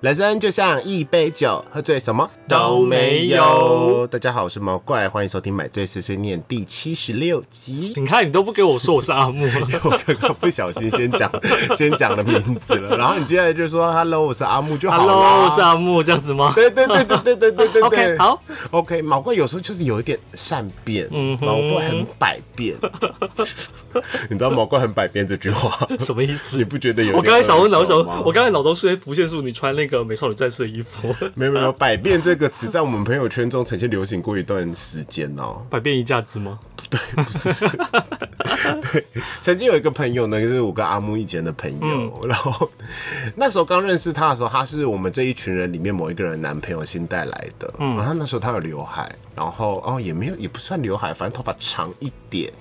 人生就像一杯酒，喝醉什么都没有。大家好，我是毛怪，欢迎收听《买醉碎碎念》第七十六集。 你看，你都不给我说我是阿木，我刚刚不小心先讲 先讲了名字了，然后你接下来就说 “Hello，我是阿木”就 好了。 Hello，我是阿木，这样 子吗？对对对对对对对对 OK，好嗯，OK。毛怪有时候就是有一点善变，毛怪很百 变。你知道“毛怪很百变”这句话， 什么意你思？不觉得有点我刚才想问脑耳熟中吗，我刚才脑中是浮现出你穿那个美少女战士的衣服，没有没有，百变这个词在我们朋友圈中曾经流行过一段时间哦。百变一架子吗？对，曾经有一个朋友呢，就是我跟阿木以前的朋友，然后那时候刚认识他的时候，他是我们这一群人里面某一个人男朋友新带来的。嗯，然后那时候他有刘海，然后哦也没有也不算刘海，反正头发长一点。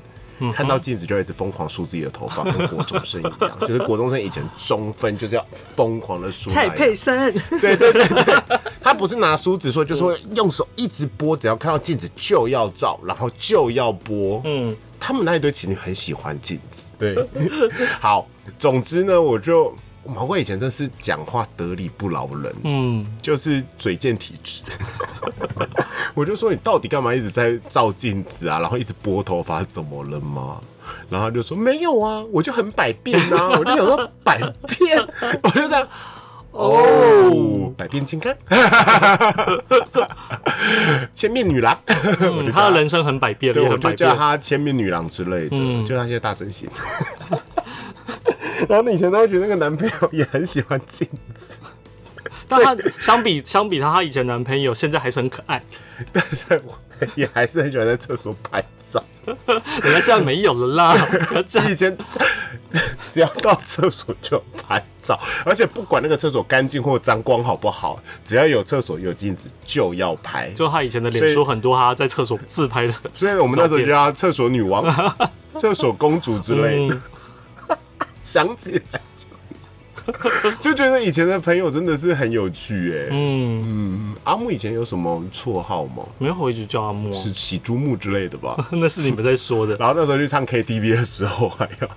看到镜子就会一直疯狂梳自己的头发，跟国中生一样，就是国中生以前中分就是要疯狂的梳来。啊珊， 对对对对，他不是拿梳子说，就是说用手一直拨，只要看到镜子就要照，然后就要拨。嗯，他们那一对情侣很喜欢镜子。对， 好，总之呢，我就毛怪以前真是讲话得理不饶人，嗯，就是嘴贱体质。 我就说你到底干嘛一直在照镜子啊？然后一直拨头发，怎么了吗？然后他就说没有啊，我就很百变啊， 我就想说百变， 我就这样。哦，百变金刚， 千面女郎，我就叫嗯他的人生很百变，对，也我很就百叫变。嗯她千面女郎之类的，就她现在大整形。 然后以前她会觉得那个男朋友也很喜欢镜子，但他相比相比他，他以前男朋友现在还是很可爱，但是我 也还是很喜欢在厕所拍照。人家现在没有了啦。不 要这样以前只要到厕所就拍照，而且不管那个厕所干净或脏，光好不好，只要有厕所有镜子就要拍。就他以前的所脸以书很多，他在厕所自拍的，所以我们那时候就叫她厕所女王、 厕所公主之类嗯的。 想起来就就觉得以前的朋友真的是很有趣哎、嗯，阿木以前有什么绰号吗？没有我一直叫阿木啊，是喜珠木之类的吧？那是你们在说的。然后那时候去唱 KTV 的时候，还要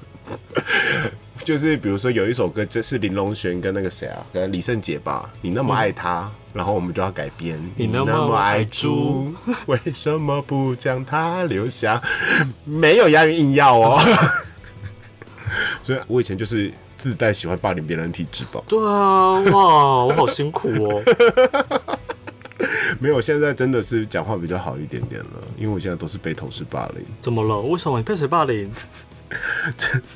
就是比如说有一首歌，就是林隆璇跟那个谁啊，跟李圣杰吧，你那么爱他，然后我们就要改编，你嗯那么爱猪，为什么不将它留下？没有押韵硬要哦。所以我以前就是自带喜欢霸凌别人的体质吧，对啊，哇，我好辛苦 哦。没有，现在真的是讲话比较好一点点了，因为我现在都是被同事霸凌。怎么了？为什么你被谁霸凌？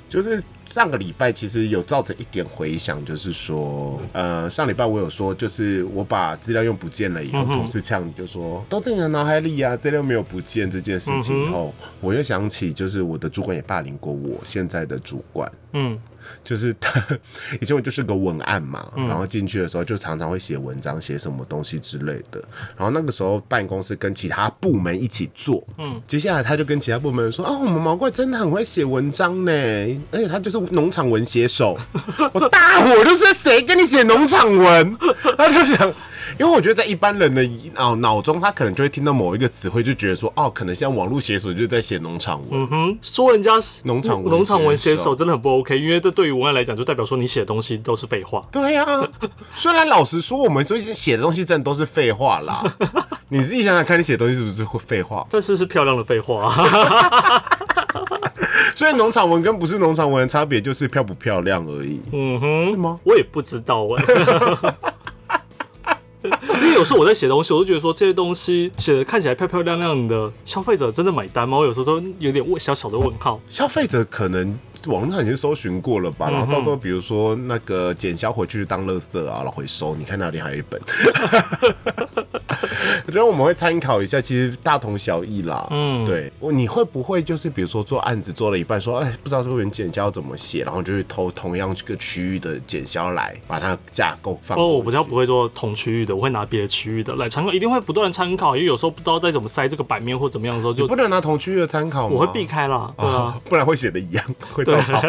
就是上个礼拜其实有造成一点回响，就是说，呃，上礼拜我有说，就是我把资料用不见了以后，同事呛你就说都在你的脑海里啊，资料没有不见这件事情以后，我又想起就是我的主管也霸凌过我现在的主管，嗯，就是 他以前我就是个文案嘛，然后进去的时候就常常会写文章、写什么东西之类的。然后那个时候办公室跟其他部门一起做，嗯，接下来他就跟其他部门说啊，我们毛怪真的很会写文章呢，而且他就是农场文写手。 我大火就是谁跟你写农场文？他就想，因为我觉得在一般人的脑脑中，他可能就会听到某一个词汇，就觉得说哦，可能像网络写手就在写农场文。嗯，说人家农场文农场文写写手手真的很不 OK，因为这对于文案来讲，就代表说你写的东西都是废话。 对呀、虽然老实说，我们最近写的东西真的都是废话 啦。你自己想想看，你写的东西是不是会废话？但是是漂亮的废话、啊，所以农场文跟不是农场文的差别就是漂不漂亮而已。嗯哼，是吗？我也不知道哎、 因为有时候我在写东西，我就觉得说这些东西写的看起来漂漂亮亮的，消费者真的买单吗？我有时候都有点问小小的问号。消费者可能网络上已经搜寻过了吧，嗯然后到时候比如说那个剪销回去当垃圾啊，然后回收。你看那里还有一本， 我觉得我们会参考一下，其实大同小异啦。嗯，对，我你会不会就是比如说做案子做了一半，说哎不知道这本剪销怎么写，然后就去偷同样这个区域的剪销来把它架构放哦，我过比去较不会做同区域的，我会拿别的区域的来参考，一定会不断的参考，因为有时候不知道再怎么塞这个版面或怎么样的时候就，不能拿同区域的参考吗？我会避开啦。对啊， 哦，不然会写的一样，会照抄。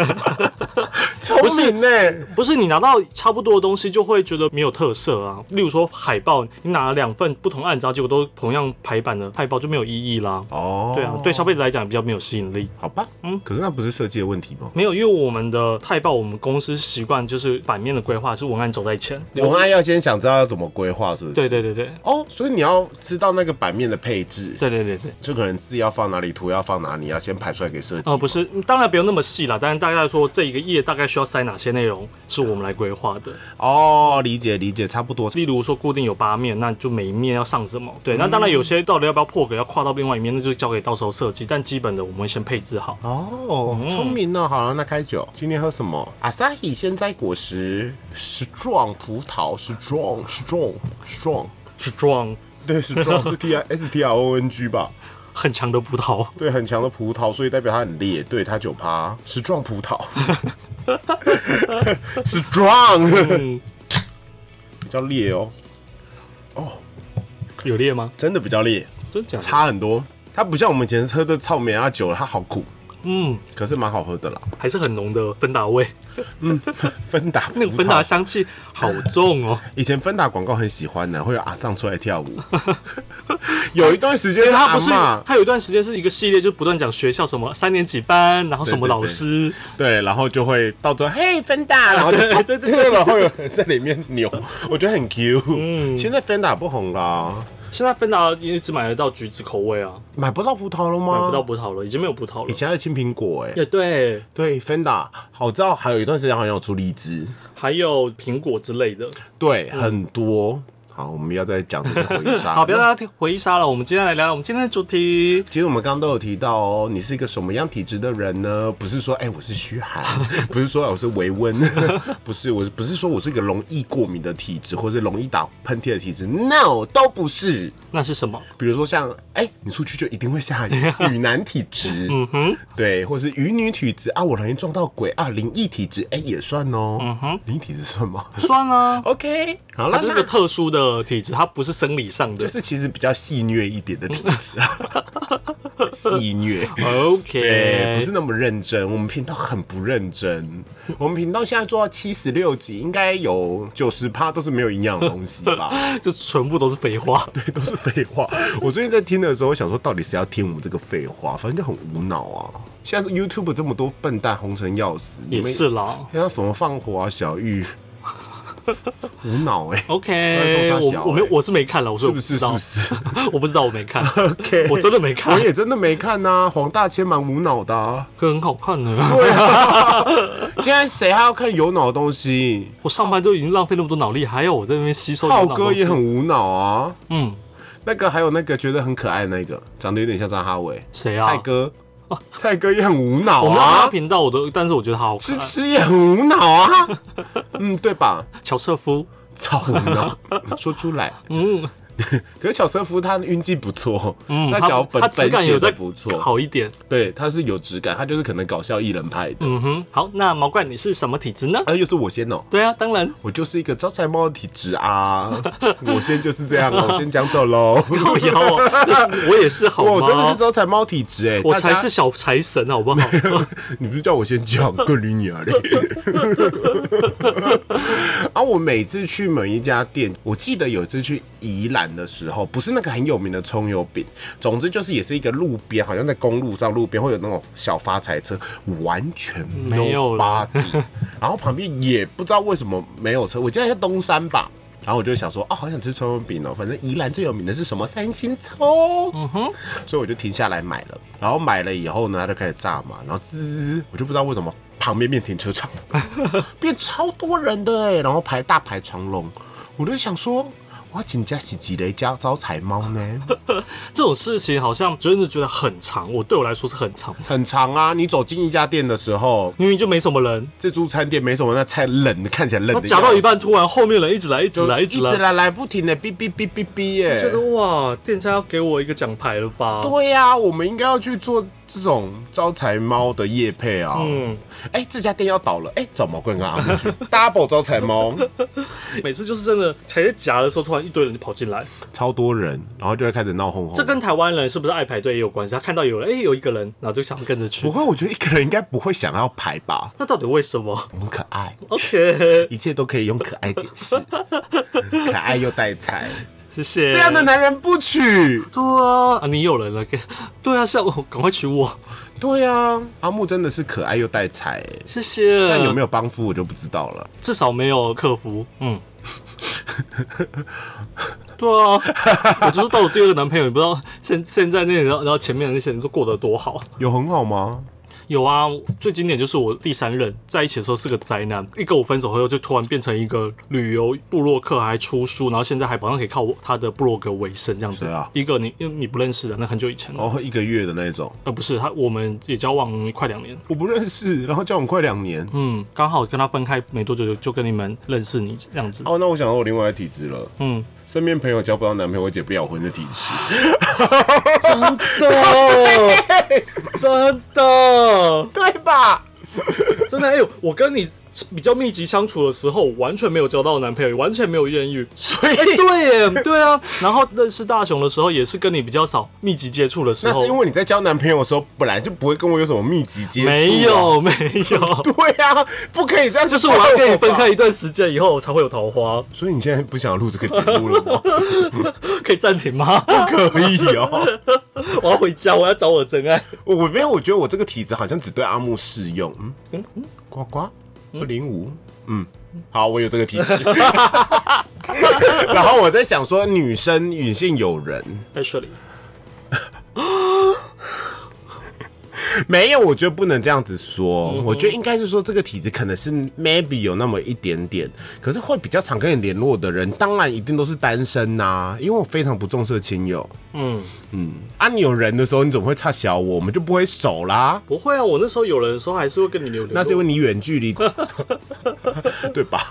聪明呢、不是你拿到差不多的东西就会觉得没有特色啊。例如说海报，你拿了两份不同案子啊，结果都同样排版的海报就没有意义啦。哦，对啊，对消费者来讲比较没有吸引力。好吧，嗯，可是那不是设计的问题吗？没有，因为我们的海报，我们公司习惯就是版面的规划是文案走在前。文案要先想知道要怎么规划，是不是？对对对对哦，所以你要知道那个版面的配置，对对对对。就可能字要放哪里，图要放哪里，要先排出来给设计。哦，不是，当然不用那么细啦，但是大概说这一个页大概需要塞哪些内容，是我们来规划的。哦，理解理解，差不多。例如说固定有八面，那就每一面要上什么？嗯对，那当然有些到底要不要破格，要跨到另外一面，那就交给到时候设计。但基本的我们会先配置好。哦，嗯聪明呢。好了，那开酒，今天喝什么？Asahi 鲜摘果实，strong 葡萄，strong strong strong，是装对，strong 是 T I S T R O N G 吧？很强的葡萄， 对，很强的葡萄，所以代表它很烈。对，它九趴，strong 葡萄，strong 嗯， 比较烈哦，有烈吗？真的比较烈。真假的？差很多。它不像我们以前喝的草莓啊酒，它好苦，嗯，可是蛮好喝的啦。还是很浓的芬达味，嗯芬达那那个芬达香气好重哦。以前芬达广告很喜欢呢，会有阿尚出来跳 舞。有一段时间其实他阿不是嬷，他有一段时间是一个系列，就不断讲学校什么三年几班，然后什对么对老师，对，然后就会到最后嘿芬达，然后就对对对，然后有人在里面扭，我觉得很 Q。嗯，现在芬达不红啦，现在芬达也只买得到橘子口味啊，买不到葡萄了买吗？不到，葡萄了，已经没有葡萄以了。前还有青苹果哎。也对，对，芬达，我知道还有一段时间好像有出荔枝，还有苹果之类的。对，很多。好，我们不要再讲这些回忆杀。好，不要让他回忆杀了。我们今天来聊聊我们今天的主题。其实我们刚刚都有提到哦，你是一个什么样体质的人呢？不是说哎、我是虚寒， 不是说哎我是微温， 不是我不是说我是一个容易过敏的体质，或是容易打喷嚏的体质，no 都不是。那是什么？比如说像哎、你出去就一定会下雨，雨男体质， 嗯哼，对，或是雨女体质啊，我容易撞到鬼啊，灵异体质哎、也算哦，嗯哼，灵异体质算 吗算啊， ？OK，好它了，就是那个特殊的体质，它不是生理上就的。是其实比较戏虐一点的体质，啊 戏虐。对，不 OK，是那么认真。我们频道很不认真， 我们频道现在做到七十六集，应该有九十趴都是没有营养的东西 吧？这全部都是废话。对，都是废话。我最近在听的时候，想说到底谁要听我们这个废话，反正就很无脑啊。现在 YouTube 这么多笨蛋红成要死，你也们是啦。像什么放火啊、小玉， 无脑哎、 OK，那冲啥小我我没有欸我是没看 了，我说是我不不是？知是道不，是？ 我不知道，我没看。 OK 我真的没看我，也真的没看呐、黄大千蛮无脑的、啊。可很好看呢。现在谁还要看有脑的东西？我上班都已经浪费那么多脑力，还要我在那边吸收浩你脑哥东西也很无脑啊。嗯，那个还有那个觉得很可爱的那个，长得有点像张哈维，谁啊？蔡哥，蔡哥也很无脑我没有看他啊，频道，我都，但是我觉得他好可吃爱。吃也很无脑啊， 嗯，对吧？乔瑟夫，超无脑， 说出来，嗯。 可是乔瑟夫他的运气不错，嗯，他他脚本他质本感写有在的不错，好一点。对，他是有质感，他就是可能搞笑艺人派的。嗯，嗯哼，好，那毛怪你是什么体质呢？啊，又是我先哦，对啊，当然，我就是一个招财猫的体质啊， 我先就是这样哦，我先讲走喽。靠腰 哦，那是我也是好吗？我真的是招财猫体质哎、我大才家是小财神，好不好？你不是叫我先讲个驴你 啊嘞？ 啊，我每次去某一家店，我记得有一次去宜兰的时候，不是那个很有名的葱油饼，总之就是也是一个路边，好像在公路上路边会有那种小发财车，完全没有 nobody 啦然后旁边也不知道为什么没有车，我记得在东山吧。然后我就想说，哦，好想吃葱油饼哦，反正宜兰最有名的是什么三星葱，嗯哼，所以我就停下来买了。然后买了以后呢，它就开始炸嘛，然后滋，我就不知道为什么旁边变停车场，变超多人的哎、然后排大排长龙，我就想说，我要请家喜几雷家招财猫呢， 这种事情好像真的觉得很长，我对我来说是很长，很长啊。你走进一家店的时候，明明就没什么人，自助餐店没什么，那菜冷的看起来冷他的，夹到一半，突然后面人一直来，一直来，一一直直来来，来不停的哔哔哔哔哔耶、觉得哇，店家要给我一个奖牌了吧？啊对呀、我们应该要去做这种招财猫的叶配啊，嗯，哎、这家店要倒了，哎、找毛怪跟阿木去 double 招财猫，每次就是真的才在夹的时候，突然一堆人就跑进来，超多人，然后就会开始闹哄哄。这跟台湾人是不是爱排队也有关系。他看到有人，哎、有一个人，然后就想跟着去不。会，我觉得一个人应该不会想要排吧，那到底为什么 我们可爱。 ？OK，一切都可以用可爱解 释，可爱又带财，谢谢。这样的男人不娶。对啊，啊你有人了，给 对啊，像我赶快娶我，对啊，阿木真的是可爱又带财、欸，谢谢。但有没有？有帮夫我就不知道了。至少没有客服，嗯。对啊，我就是到我第二个男朋友，你不知道现现在那个，然后然后前面的那些人都过得多好。有很好吗？有啊，最经典就是我第三任在一起的时候是个灾难，一跟我分手后就突然变成一个旅游部落客，还出书，然后现在还好像可以靠我他的部落格为生这样子。谁啊一个你你不认识的，那很久以前了，哦，一个月的那种，呃，不是他，我们也交往快两年，我不认识，然后交往快两年。嗯，刚好跟他分开没多久就就跟你们认识你这样子。哦，那我想到我另外的体质了，嗯，身边朋友交不到男朋友，我结不了婚的体质。哦真的，对吧？真的，哎、呦，我跟你比较密集相处的时候，完全没有交到男朋友，完全没有艳遇。所以哎、对耶，对啊。然后认识大雄的时候，也是跟你比较少密集接触的时那候是因，为你在交男朋友的时候，本来就不会跟我有什么密集接触、啊没。有没有， 对啊，不可以这样。 就是我要跟你分开。一段时间以后，我才会有桃花。所以你现在不想录这个节目了 吗？可以暂停 吗？可以哦。我要回家，我要找我的真爱。我我没有，我觉得我这个体质好像只对阿木适用。嗯呱呱二零五，嗯，好，我有这个体质。 然后我在想说，女生女性友人在这里，没有，我觉得不能这样子说。嗯我觉得应该是说，这个体质可能是 maybe 有那么一点点，可是会比较常跟你联络的人，当然一定都是单身呐、因为我非常不重色轻友。嗯，啊，你有人的时候，你怎么会差小我？我们就不会熟啦。不会啊，我那时候有人的时候还是会跟你留留。那是因为你远距 离，对吧？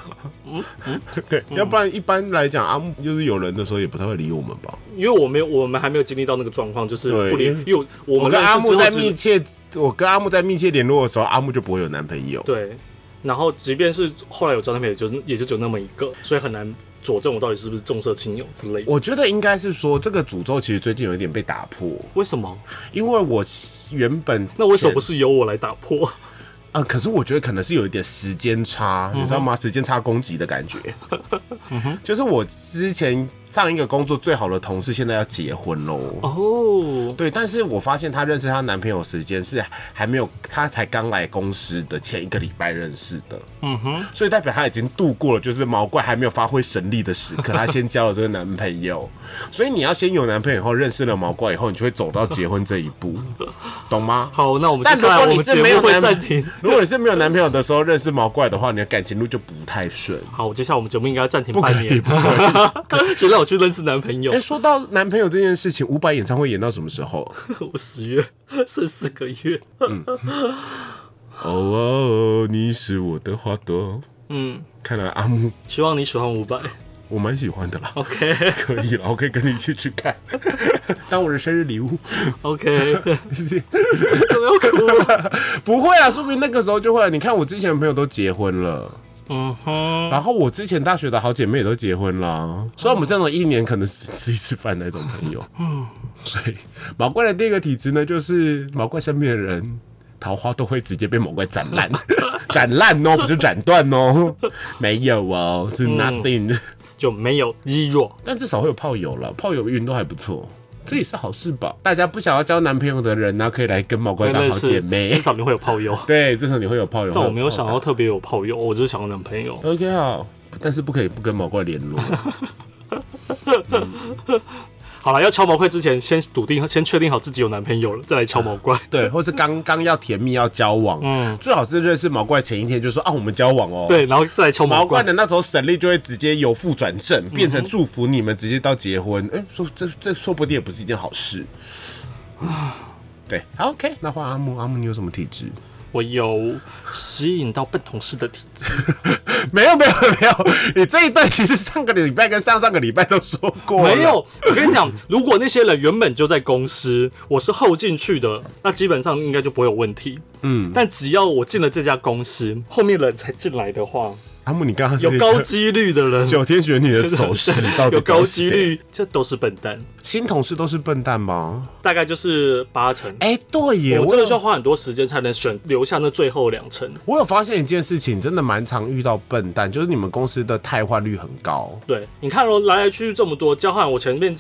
对，嗯要不然一般来讲，阿木就是有人的时候也不太会理我们吧。因为我没有，我们还没有经历到那个状况，就是对不理，因为我我们跟认识阿之木后在只密切，我跟阿木在密切联络的时候，阿木就不会有男朋友。对，然后即便是后来有交男朋友，也就也就只有那么一个，所以很难佐证我到底是不是重色轻友之类的。我觉得应该是说，这个诅咒其实最近有一点被打破，为什么？因为我原本那为什么不是是由我来打破？啊、可是我觉得可能是有一点时间差，嗯你知道吗？时间差攻击的感觉， 就是我之前上一个工作最好的同事，现在要结婚喽。哦，对，但是我发现她认识她男朋友的时间是还没有，她才刚来公司的前一个礼拜认识的。嗯哼，所以代表她已经度过了就是毛怪还没有发挥神力的时 刻，她先交了这个男朋友。所以你要先有男朋友以后，认识了毛怪以后，你就会走到结婚这一步，懂吗？好，那我们接但如下来果我你们节是目没有会男暂停。，如果你是没有男朋友的时候认识毛怪的话，你的感情路就不太顺。好，接下来我们节目应该暂停半年不可以， 谁让我去认识男朋友哎、？说到男朋友这件事情，伍佰演唱会演到什么时候？我十月剩四个月，哦哦，你是我的花朵。嗯，看来阿木希望你喜欢伍佰。我蛮喜欢的啦， OK 可以了，我可以跟你一起去看， 当我的生日礼 物。 OK，谢谢都要哭了。 不会啊，说不定那个时候就会了。你看我之前的朋友都结婚了，嗯哼，然后我之前大学的好姐妹也都结婚啦。所以我们这种一年可能只吃一次饭那种朋友。嗯，所以毛怪的第一个体质呢，就是毛怪身边的人。桃花都会直接被毛怪斩烂， 斩烂哦，不是斩断哦，没有哦，是嗯 nothing。就没有肌肉。但至少会有炮友了，炮友运都还不错，这也是好事吧？大家不想要交男朋友的人呢、可以来跟毛怪当认好识，姐妹至。少你会有炮 友。 对，至少你会有炮友。但我会没有炮想友要特别有炮友，我只是想要男朋友。 OK 好，但是不可以不跟毛怪联络。好了，要敲毛怪之前，先笃定、先确定好自己有男朋友了，再来敲毛 怪。对，或是刚刚要甜蜜要交往，嗯，最好是认识毛怪前一天就说啊，我们交往哦。。对，然后再来敲毛毛怪怪。的那时候神力就会直接由负转正，嗯变成祝福你们直接到结婚。哎、说这这说不定也不是一件好事。对好，OK，那换阿木，阿木你有什么体质？ 我有吸引到笨同事的体质，没有没有没有，你这一段其实上个礼拜跟上上个礼拜都说过了没有。我跟你讲，如果那些人原本就在公司，我是后进去的，那基本上应该就不会有问题。嗯，但只要我进了这家公司，后面人才进来的话，阿木，你刚刚是有一个高几率的 人，九天玄女的走 势到底有高都是几谁，率，这都是笨蛋，新同事都是笨蛋吗？大概就是八成。哎、对耶，我我真的有需要花很多时间才能选留下那最后两成。我有发现一件事情，真的蛮常遇到笨蛋，就是你们公司的汰换率很高。对，你看哦，来来去去这么多交换，我前面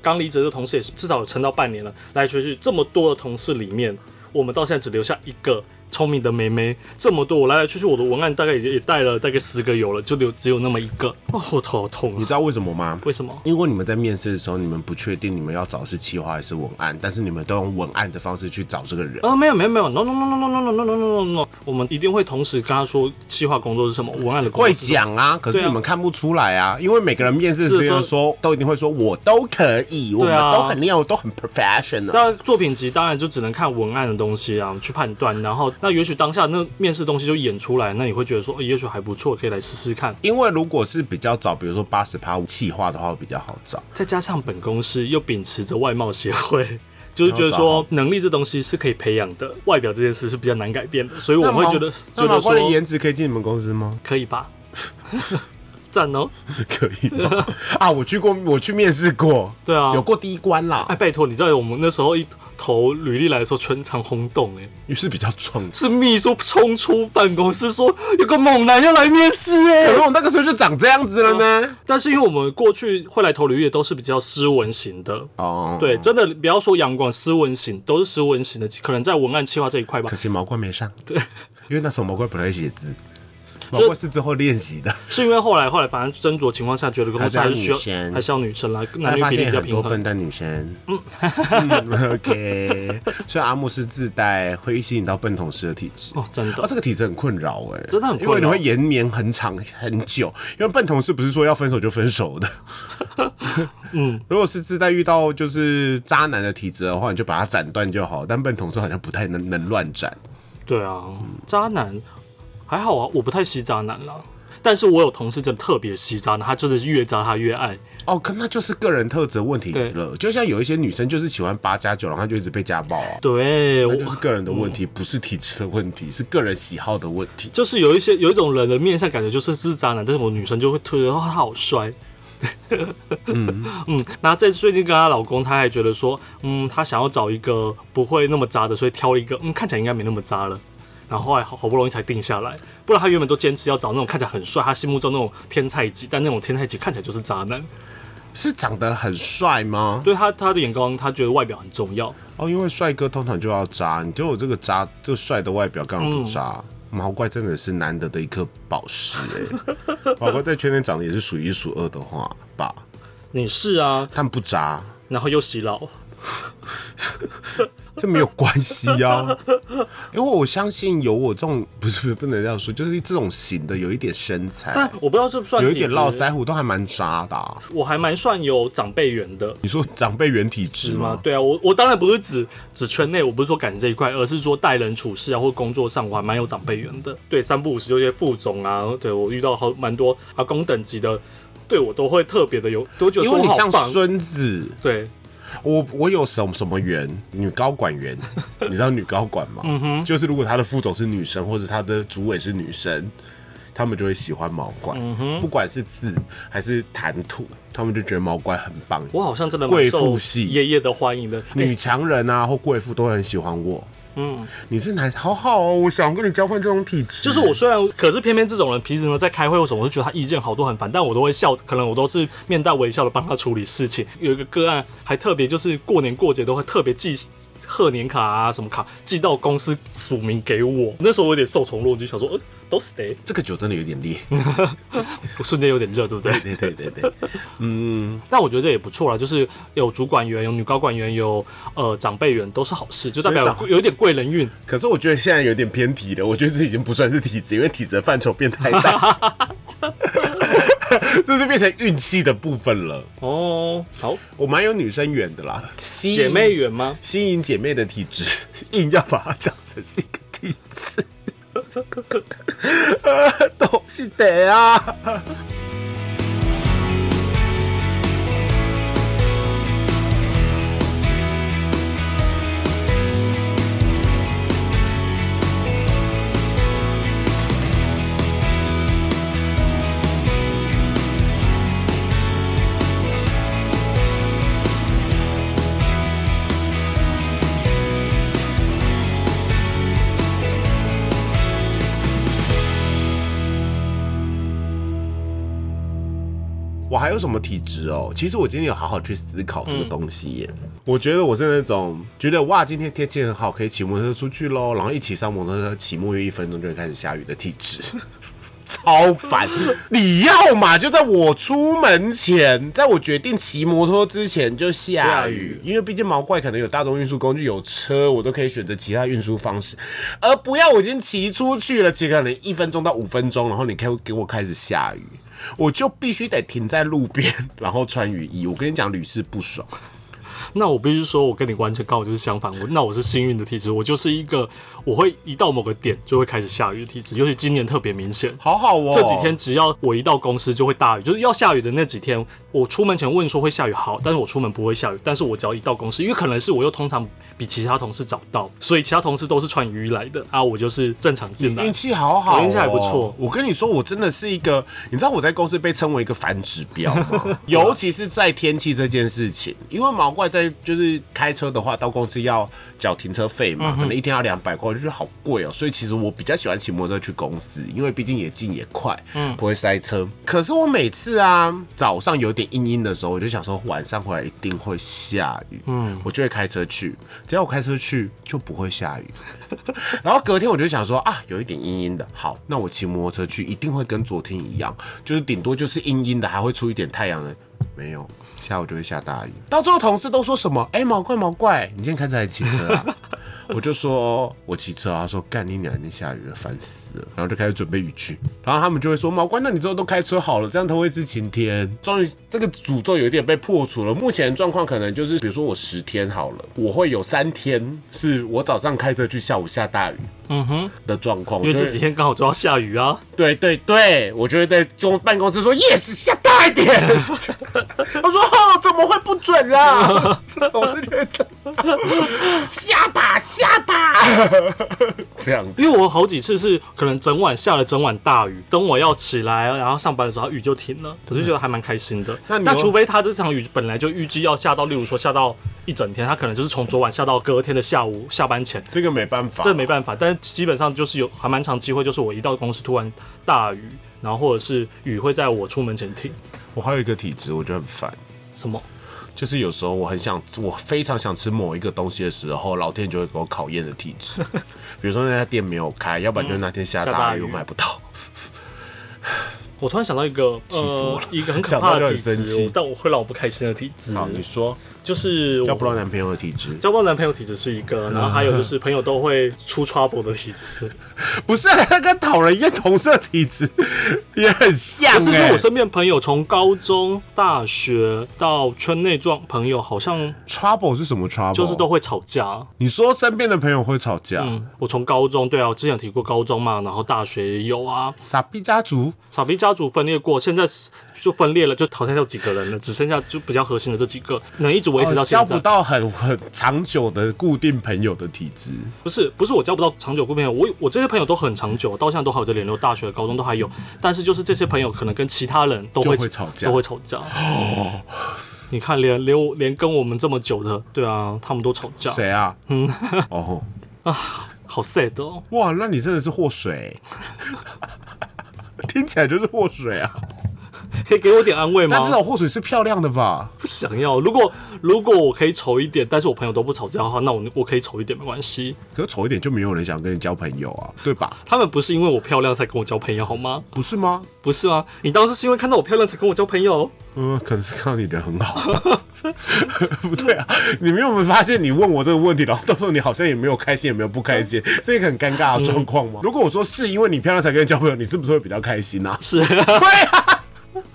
刚离职的同事也是至少有撑到半年了，来来去去这么多的同事里面，我们到现在只留下一个聪明的妹妹。这么多，我来来去去，我的文案大概也也带了大概十个有了，就留只有那么一个。哦，我头好痛你啊！知道为什么吗？为什么？因为你们在面试的时候，你们不确定你们要找是企划还是文案，但是你们都用文案的方式去找这个人。啊、没有没有没有，no no no no no no no no no no no，我们一定会同时跟他说计划工作是什么，文案的工作会是什讲么啊，可是对啊你们看不出来啊，因为每个人面试的时候是说都一定会说，我都可以，我们啊都很厉害，我都很啊 professional。那作品集当然就只能看文案的东西啊，去判断。然后，那也许当下那面试东西就演出来，那你会觉得说，呃也许还不错，可以来试试看。 因为如果是比较早，比如说八十趴企划的话，会比较好找。再加上本公司又秉持着外貌协会。就是觉得然后说能力这东西是可以培养的，外表这件事是比较难改变的，所以我那们会毛觉得那觉毛得怪的说颜值可以进你们公司吗？可以吧， 赞哦！可以吗啊，我去过，我去面试过，对啊有过第一关啦哎，，拜托，你知道我们那时候一投履历来的时候，全场轰动哎、于是比较壮。是秘书冲出办公室说有个猛男要来面试哎、可是我那个时候就长这样子了呢。但是因为我们过去会来投履历的都是比较斯文型的，哦，对，真的不要说阳光斯文型，都是斯文型的，可能在文案企划这一块吧可。惜毛怪没上，对，因为那时候毛怪不太会写字，毛怪是之后练习的。是因为后来后来反正斟酌情况下，觉得公司还是需要还是要女生还是要女生啦，男但女发比现例比较很平多衡。笨蛋女生。 嗯 OK，所以阿木是自带会吸引到笨同事的体质。哦，真啊，的，这个体质很困扰哎、真的很困扰因为你会延绵很长很久。因为笨同事不是说要分手就分手的， 嗯， 如果是自带遇到就是渣男的体质的话，你就把它斩断就好。但笨同事好像不太能能乱斩，对啊，渣男还好啊，我不太吸渣男啦。但是我有同事真的特别吸渣男，他真的是越渣他越爱。哦，可那就是个人特质的问题对了。就像有一些女生就是喜欢八加九，然后她就一直被家暴啊。对，我那就是个人的问题，不是体质的问题，是个人喜好的问题。就是有一些有一种人的面相感觉就是是渣男，但是我女生就会推觉得哦他好帅。 嗯嗯，那这次最近跟她老公，她还觉得说，嗯，她想要找一个不会那么渣的，所以挑了一个，嗯，看起来应该没那么渣了。然后后来好好不容易才定下来，不然她原本都坚持要找那种看起来很帅，她心目中那种天菜级，但那种天菜级看起来就是渣男。是长得很帅吗？对她她的眼光，她觉得外表很重要。哦，因为帅哥通常就要渣，你就有这个渣，这个帅的外表干嘛不渣？毛怪真的是难得的一颗宝石哎、 毛怪在圈内长得也是数一数二的话吧，你是啊，但不渣，然后又洗脑，这没有关系 啊。因为我相信有我这种不是不是不能这样说，就是这种型的，有一点身但材，我不知道这不算有一点体质络，腮胡，都还蛮渣的啊、我还蛮算有长辈缘的。你说长辈原体质是吗吗？？对啊，我我当然不是指指圈内，我不是说感这一块，而是说待人处事啊，或工作上，我还蛮有长辈缘的。对，三不五时就一些副总啊，对我遇到好蛮多啊工等级的，对我都会特别的有，都觉得因说为我你好像棒。孙子，对，我我有什么什么员，女高管 员，你知道女高管吗？嗯就是如果她的副总是女生，或者她的主委是女生，他们就会喜欢毛怪，嗯不管是字还是谈吐，他们就觉得毛怪很棒。我好像真的蛮贵受妇系爷爷的欢迎的。女强人啊或贵妇都会很喜欢我。嗯，你是男，好好哦，我想跟你交换这种体质。就是我虽然，可是偏偏这种人平时呢在开会或什么，我就觉得他意见好多很烦，但我都会笑，可能我都是面带微笑的帮他处理事情。有一个个案还特别就是过年过节都会特别寄贺年卡啊什么卡寄到公司署名给我，那时候我有点受宠若惊，想说呃都是谁， 这个酒真的有点烈，我瞬间有点热，对不对？对对对对，但我觉得这也不错啦，就是有主管员、有女高管员、有呃长辈员都是好事，就代表所以长有有一点贵人运。可是我觉得现在有点偏题了，我觉得这已经不算是体质，因为体质的范畴变太大，这是变成运气的部分了。哦，好，我蛮有女生缘的啦，吸姐妹缘吗？ 吸引姐妹的体质，硬要把它讲成是一个体体质。 东西得啊！我还有什么体质哦？其实我今天有好好去思考这个东西耶。我觉得我是那种觉得哇，今天天气很好，可以骑摩托车出去喽，然后一骑上摩托车，骑沐浴一分钟就会开始下雨的体质。超烦！你要嘛就在我出门前，在我决定骑摩托之前就下下雨雨，因为毕竟毛怪可能有大众运输工具，有车，我都可以选择其他运输方式，而不要我已经骑出去了，骑可能一分钟到五分钟，然后你开给我开始下雨，我就必须得停在路边，然后穿雨衣。我跟你讲，屡试不爽。那我必须说，我跟你完全刚好就是相反。我那我是幸运的体质，我就是一个我会一到某个点就会开始下雨的体质，尤其今年特别明显。好好哦，这几天只要我一到公司就会大雨，就是要下雨的那几天，我出门前问说会下雨，好，但是我出门不会下雨，但是我只要一到公司，因为可能是我又通常比其他同事早到，所以其他同事都是穿雨衣来的啊，我就是正常进来运。气好好、哦，我运气还不错我跟你说，我真的是一个，你知道我在公司被称为一个反指标 吗？尤其是在天气这件事情，因为毛怪在就是开车的话，到公司要缴停车费嘛，可能一天要两百块，我就觉得好贵哦。所以其实我比较喜欢骑摩托车去公司，因为毕竟也近也快，不会塞车。可是我每次啊早上有点阴阴的时候，我就想说晚上回来一定会下雨，嗯，我就会开车去。只要我开车去就不会下雨。然后隔天我就想说啊，有一点阴阴的，好，那我骑摩托车去一定会跟昨天一样，就是顶多就是阴阴的，还会出一点太阳的。没有，下午就会下大雨。到最后同事都说什么？哎、毛怪毛怪，你今天开车还骑车啊？ 我就说我骑车啊，他说干你娘，你下雨了，烦死了。然后就开始准备雨具，然后他们就会说毛怪，那你之后都开车好了，这样头会是晴天。终于这个诅咒有一点被破除了。目前状况可能就是，比如说我十天好了，我会有三天是我早上开车去，下午下大雨，嗯哼的状况。因我为就这会几天刚好就要下雨啊，对对对，我就会在公办公室说 yes 下大一点。 我说哦，怎么会不准啦？ 我是觉得这样 下吧下吧， 这样因为我好几次是可能整晚下了整晚大雨，等我要起来然后上班的时候雨就停了，我就觉得还蛮开心的。嗯那你那有除非他这场雨本来就预计要下到，例如说下到一整天，他可能就是从昨晚下到隔天的下午下班前，这个没办法，这没办法，但是基本上就是有还蛮长机会，就是我一到公司突然大雨，然后或者是雨会在我出门前停。我还有一个体质，我觉得很烦。什么？就是有时候我很想，我非常想吃某一个东西的时候，老天就会给我考验的体 质。比如说那家店没有开，要不然就是那天下嗯下大大雨，雨我买不到。我突然想到一个，死我呃了，一个很可想怕到就的很体生质气哦，但我会让我不开心的体质，好，你说就是我交不到男朋友的体质，交不到男朋友体质是一个，然后还有就是朋友都会出 trouble 的体质，不是那跟讨人厌同色体质 也很像、欸。就是说我身边朋友从高中、大学到圈内状朋友，好像 trouble 是什么 trouble？就是都会吵架。你说身边的朋友会吵架，嗯，我从高中对啊，我之前有提过高中嘛，然后大学也有啊，傻逼家族傻逼家族分裂过，现在是就分裂了，就淘汰掉几个人了，只剩下就比较核心的这几个，能一直维持到哦现交在。不到很很长久的固定朋友的体质，不是不是我交不到长久固朋友，我我这些朋友都很长久，到现在都还有在联络，大学、高中都还有，但是就是这些朋友可能跟其他人都会就会吵架都会吵架。你看，连连我连跟我们这么久的，对啊，他们都吵架，谁啊？嗯，哦，好 sad 哦。哇，那你真的是祸水， 听起来就是祸水啊！可以给我点安慰吗但？至少祸水是漂亮的吧？不想要。如果如果我可以丑一点，但是我朋友都不吵架的话，那我我可以丑一点没关系。可是丑一点就没有人想跟你交朋友啊，对吧？他们不是因为我漂亮才跟我交朋友好吗？不是吗？不是啊，你当时是因为看到我漂亮才跟我交 朋友？嗯，可能是看到你人很好， 不对啊！你们有没有发现，你问我这个问题，然后到时候你好像也没有开心，也没有不开 心，是一个很尴尬的状 况吗？如果我说是因为你漂亮才跟你交朋友，你是不是会比较开心啊？是对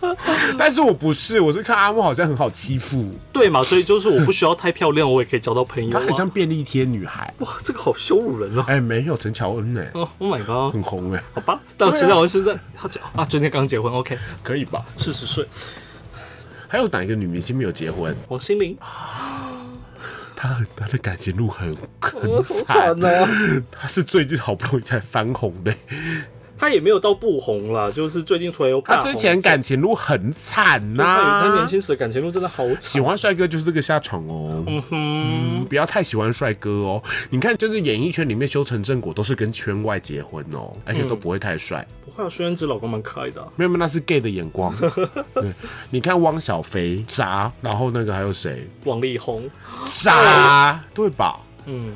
啊，但是我不是，我是看阿木好像很好欺负，对嘛？所以就是我不需要太漂亮，我也可以交到朋友、她啊。很像便利贴女孩。哇，这个好羞辱人哦、哎、没有陈乔恩哎、哦 Oh my god！很红哎、好吧，但陈小文现在他结啊，昨天刚结婚，OK，可以吧？四十岁，还有哪一个女明星没有结婚？王心 凌，她很她的感情路很我很好惨惨哦她是最近好不容易才翻红的、欸他也没有到不红啦，就是最近突然又她大红之前感情路很惨呐、他他年轻时的感情路真啊的好喜惨，欢帅哥就是这个下场哦，嗯，不要太喜欢帅哥哦。你看，就是演艺圈里面修成正果都是跟圈外结婚哦，而且都不会太帅。不会啊，孙燕姿老公蛮可爱的啊、没有没有，那是 gay 的眼光。 对，你看汪小菲渣，然后那个还有谁王力宏，渣，对吧？嗯，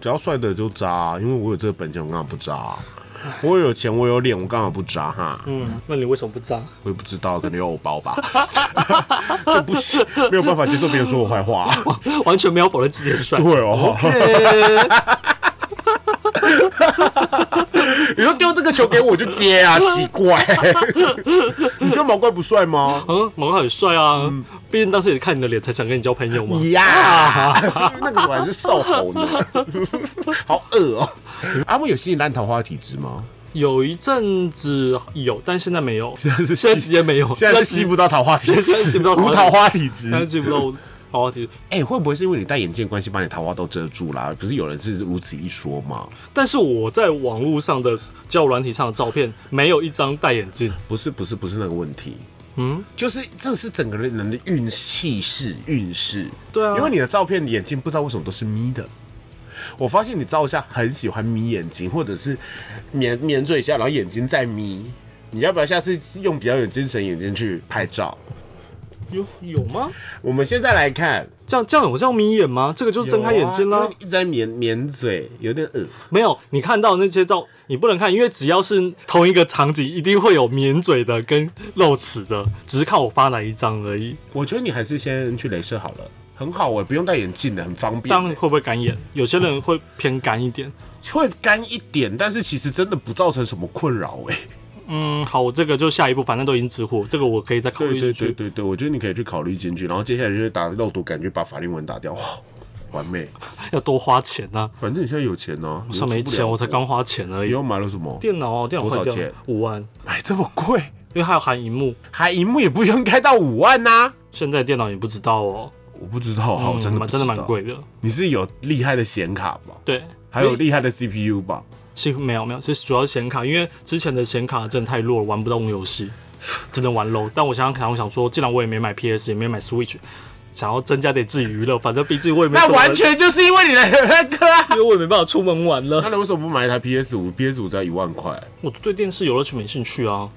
只要帅的就渣，因为我有这个本钱，我干嘛不渣？我有钱，我有脸，我干嘛不渣哈？嗯，那你为什么不渣？我也不知道，可能有偶包吧， 这不行，没有办法接受别人说我坏 话。 完全没有否认自己很 帅。对哦。 你说丢这个球给我我就接啊，奇怪、 你觉得毛怪不帅吗？嗯，毛哥很帅啊，毕竟当时也是看你的脸才想跟你交朋友嘛。呀、 那个果然是瘦猴 呢，好恶哦、阿木有吸引烂桃花体质吗？有一阵子有，但现在没有，现在是现在吸直接没有，现在是吸不到桃花体现在吸质，不到无桃花体质现。在记不到桃花体质。哎、会不会是因为你戴眼镜的关系，把你桃花都遮住啦？不是有人是如此一说吗？但是我在网络上的交友软体上的照片，没有一张戴眼镜。不是不是不是那个问题，嗯，就是这是整个人的运气是运势，对啊因为你的照片眼睛不知道为什么都是眯的。我发现你照相很喜欢眯眼睛，或者是抿抿嘴一下，然后眼睛再眯。你要不要下次用比较有精神眼睛去拍照？有有吗？我们现在来看，这样这样有叫眯眼吗？这个就是睁开眼睛有啦、啊因为一直在抿抿嘴，有点恶没有，你看到那些照，你不能看，因为只要是同一个场景，一定会有抿嘴的跟露齿的，只是看我发哪一张而已。我觉得你还是先去镭射好了，很好我不用戴眼镜的，很方便当。然会不会干眼？有些人会偏干一点。会干一点，但是其实真的不造成什么困扰哎、嗯，好，我这个就下一步，反正都已经直呼，这个我可以再考虑对对进对去。对对，我觉得你可以去考虑进去，然后接下来就是打肉毒杆菌，把法令纹打掉，哇， 完美。要多花钱呐、反正你现在有钱呢、啊，上没钱，我才搞。刚花钱而你已。又买了什么？电脑哦，电脑坏多掉少钱了五万，买这么贵，因为它有含荧幕，还荧幕也不用开到五万呐、现在电脑也不知道哦，我不知道啊，我嗯真的不蛮知真道的蛮。贵的。你是有厉害的显卡吧？对，还有所以厉害的 CPU 吧？是没有没有，是主要是显卡，因为之前的显卡真的太弱了，玩不动游 戏，只能玩 low。但我想想，我想说，既然我也没买 PS，也没买 Switch，想要增加点自己娱乐，反正毕竟我也没那什么完，全就是因为你的那个、啊。因为我也没办法出门玩 了。那你为什么不买一台 PS 五？PS 五只要一万块，我对电视游乐区没兴趣啊，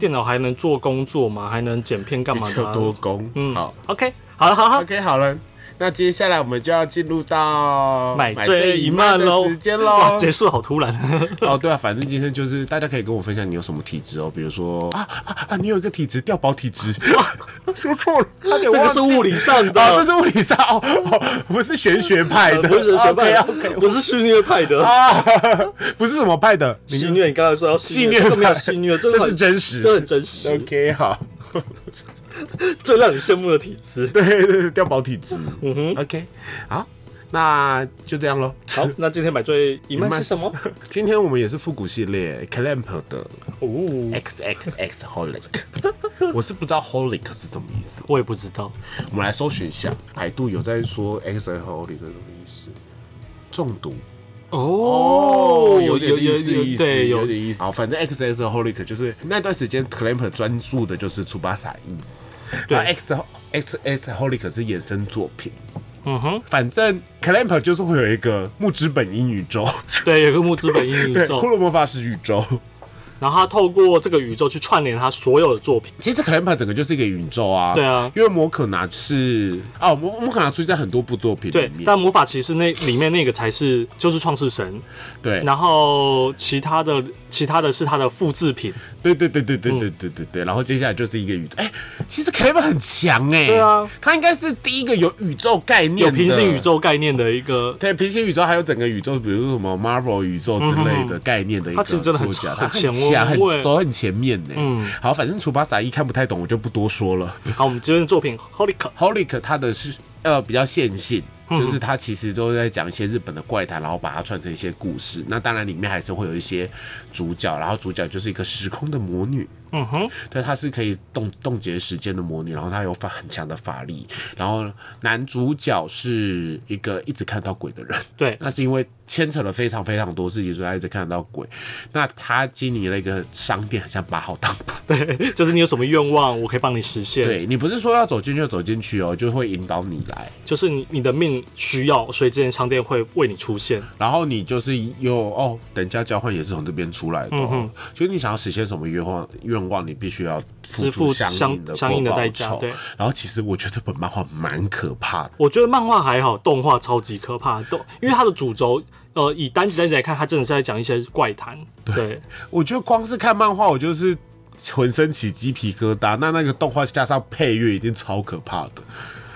电脑还能做工作嘛，还能剪片干地嘛的、球啊？多功。嗯，好。 ，OK，好了，好好， OK，好了，那接下来我们就要进入到买醉醉一漫的喽，时间哇喽。结束好突然， 哦，对啊，反正今天就是大家可以跟我分享你有什么体质哦，比如说啊啊啊，你有一个体质掉宝体质， 说错了，差点 这个忘是记物理上 啊，这的，是物理上哦，哦不是玄学派 的， 不是神学派 OK，的，不是戏虐派的。啊，不是什么派的，戏虐，你刚才说要戏戏虐这个没有派戏虐，这这是真实这很真实， OK，好，最让你羡慕的体 质。对对对，掉宝体质，嗯哼，OK，好，那就这样喽。好，那今天买醉一漫是什么？ 今天我们也是复古系列 Clamp 的哦， X X X Holic，我 是不知道 Holic 是什么意思。我也不知道，我们来搜寻一下，百度有在说 X X Holic 是什么意思？中毒哦有点意思，有对有有点意思。好，反正 X X Holic 就是那段时间 Clamp 专注的就是出巴萨音，对然后 X X X Holic 是衍生作品。嗯哼，反正 Clamp 就是会有一个木之本音宇 宙，对，有个木之本英宇对，骷宙，髅魔法师宇宙。然后他透过这个宇宙去串联他所有的作品。其实 Clamp 整个就是一个宇宙啊，对啊因为摩可拿是哦，摩摩可拿出现在很多部作品里对，面，但魔法骑士那里面那个才是就是创世神，对，然后其他的其他的是他的复制品。对对对对对嗯对对对对，然后接下来就是一个宇宙，哎，其实 Clamp 很强哎，对啊，他应该是第一个有宇宙概念的，有平行宇宙概念的一个，对平行宇宙，还有整个宇宙，比如说什么 Marvel 宇宙之类的概念的一个嗯他其实真的很作家很他前下，很很会走很前面呢。嗯，好，反正楚巴萨一看不太懂，我就不多说了。好，我们今天的作品《Holy c Holic 它的是呃比较线性，嗯就是它其实都在讲一些日本的怪谈，然后把它串成一些故事。那当然里面还是会有一些主角，然后主角就是一个时空的魔女。嗯哼，对，她是可以冻冻结时间的魔女，然后她有法很强的法力，然后男主角是一个一直看到鬼的人， 对，那是因为牵扯了非常非常多事情，所以他一直看得到鬼。那他经营了一个商店，很像八号当铺，就是你有什么愿望，我可以帮你实现。对你不是说要走进去就走进去哦，就会引导你来。就是你你的命需要，所以这间商店会为你出现。然后你就是有哦，等价交换也是从这边出来的、嗯哦，就是你想要实现什么愿望，愿望你必须要付支出付相相应的相应的的代价对然后其实我觉得这本漫画蛮可怕的，我觉得漫画还好，动画超级可怕。动，因为它的主轴，呃，以单集单集来看，它真的是在讲一些怪谈。对，我觉得光是看漫画我就是。浑身起鸡皮疙瘩，那那个动画加上配乐一定超可怕的。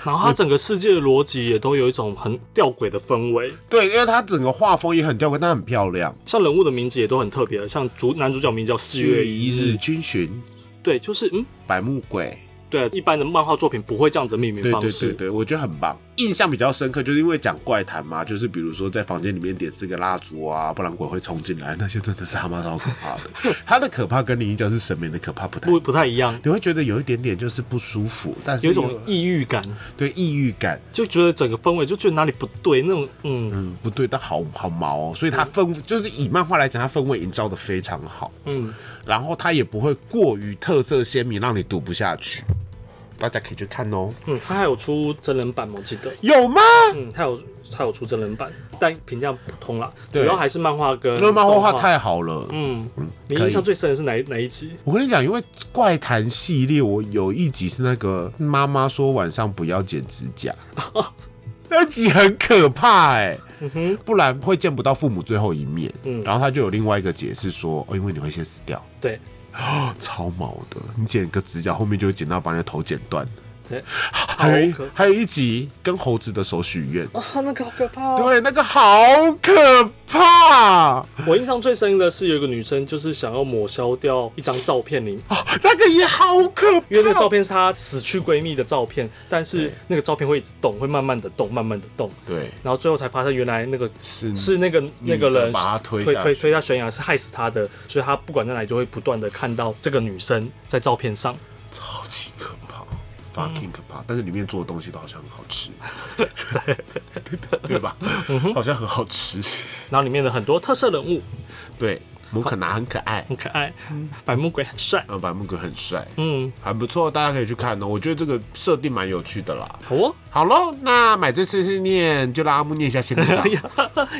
然后它整个世界的逻辑也都有一种很吊诡的氛围，对，因为它整个画风也很吊诡，但很漂亮。像人物的名字也都很特别，像主男主角名叫四月一日，军巡、对，就是嗯，百目鬼，对，啊一般的漫画作品不会这样子的命名对方对式。对对，我觉得很棒。印象比较深刻，就是因为讲怪谈嘛，就是比如说在房间里面点四个蜡烛啊，不然鬼会冲进来，那些真的是他妈超可怕 的。它的可怕跟灵异教室神明的可怕不太，不不太一样，你会觉得有一点点就是不舒服，但是有一又种抑郁感，对抑郁感，就觉得整个氛围就觉得哪里不对，那种嗯嗯，不对，但好好毛哦。所以它氛就是以漫画来讲，它氛围营造的非常好，嗯，然后它也不会过于特色鲜明，让你读不下去。大家可以去看哦。嗯，他还有出真人版，我记得，有吗？嗯，他有他有出真人版，但评价普通啦，对主要还是漫画跟因为漫画画动太好了。嗯，你可以印象最深的是哪一哪一集？我跟你讲，因为怪谈系列，我有一集是那个妈妈说晚上不要剪指 甲，那集很可怕哎、嗯不然会见不到父母最后一面。然后他就有另外一个解释说，哦，因为你会先死掉，对超毛的，你剪个指甲后面就会剪到把你的头剪断。对，还有一好可怕还有一集跟猴子的手许愿，啊，那个好可怕、哦。对，那个好可怕。啊我印象最深的是有一个女生，就是想要抹消掉一张照片里，哦，那个也好可怕，因为那个照片是她死去闺蜜的照片，但是那个照片会一直动，会慢慢的动，慢慢的动，对然后最后才发现原来那个是是那个那个人把她推推下推去推下悬崖是害死她的，所以她不管在哪里就会不断的看到这个女生在照片上。超级可怕，fucking 可怕。但是里面做的东西都好像很好吃，对 嗯对吧？好像很好吃。然后里面的很多特色人物对，摩可拿很可爱，很可爱，百目鬼很帅，然后白木哥很帅，嗯，还不错，大家可以去看哦。我觉得这个设定蛮有趣的啦。好 哦，好喽，那买醉碎碎念就让阿木念一下新闻 吧。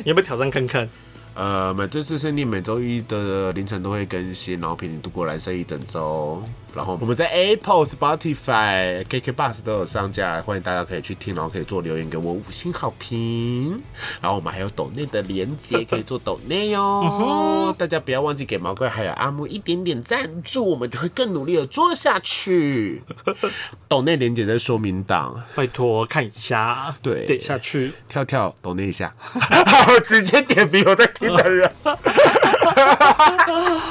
你要不要挑战看看？呃，买醉碎碎念每周一的凌晨都会更新，然后陪你度过蓝色一整周。然后我们在 Apple、Spotify、KK Bus 都有上架，欢迎大家可以去听，然后可以做留言给我五星好评。然后我们还有抖内的连接，可以做抖内哦。大家不要忘记给毛怪还有阿木一点点赞助，我们就会更努力的做下去。抖内连接在说明档。拜托看一下，对点下去。跳跳抖那一下， 我直接点名我在听的人，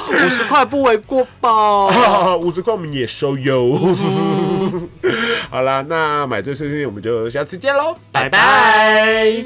五十块不为过 吧？五十块我们也收 哟。好啦，那买醉碎碎念我们就下次见喽，拜拜拜。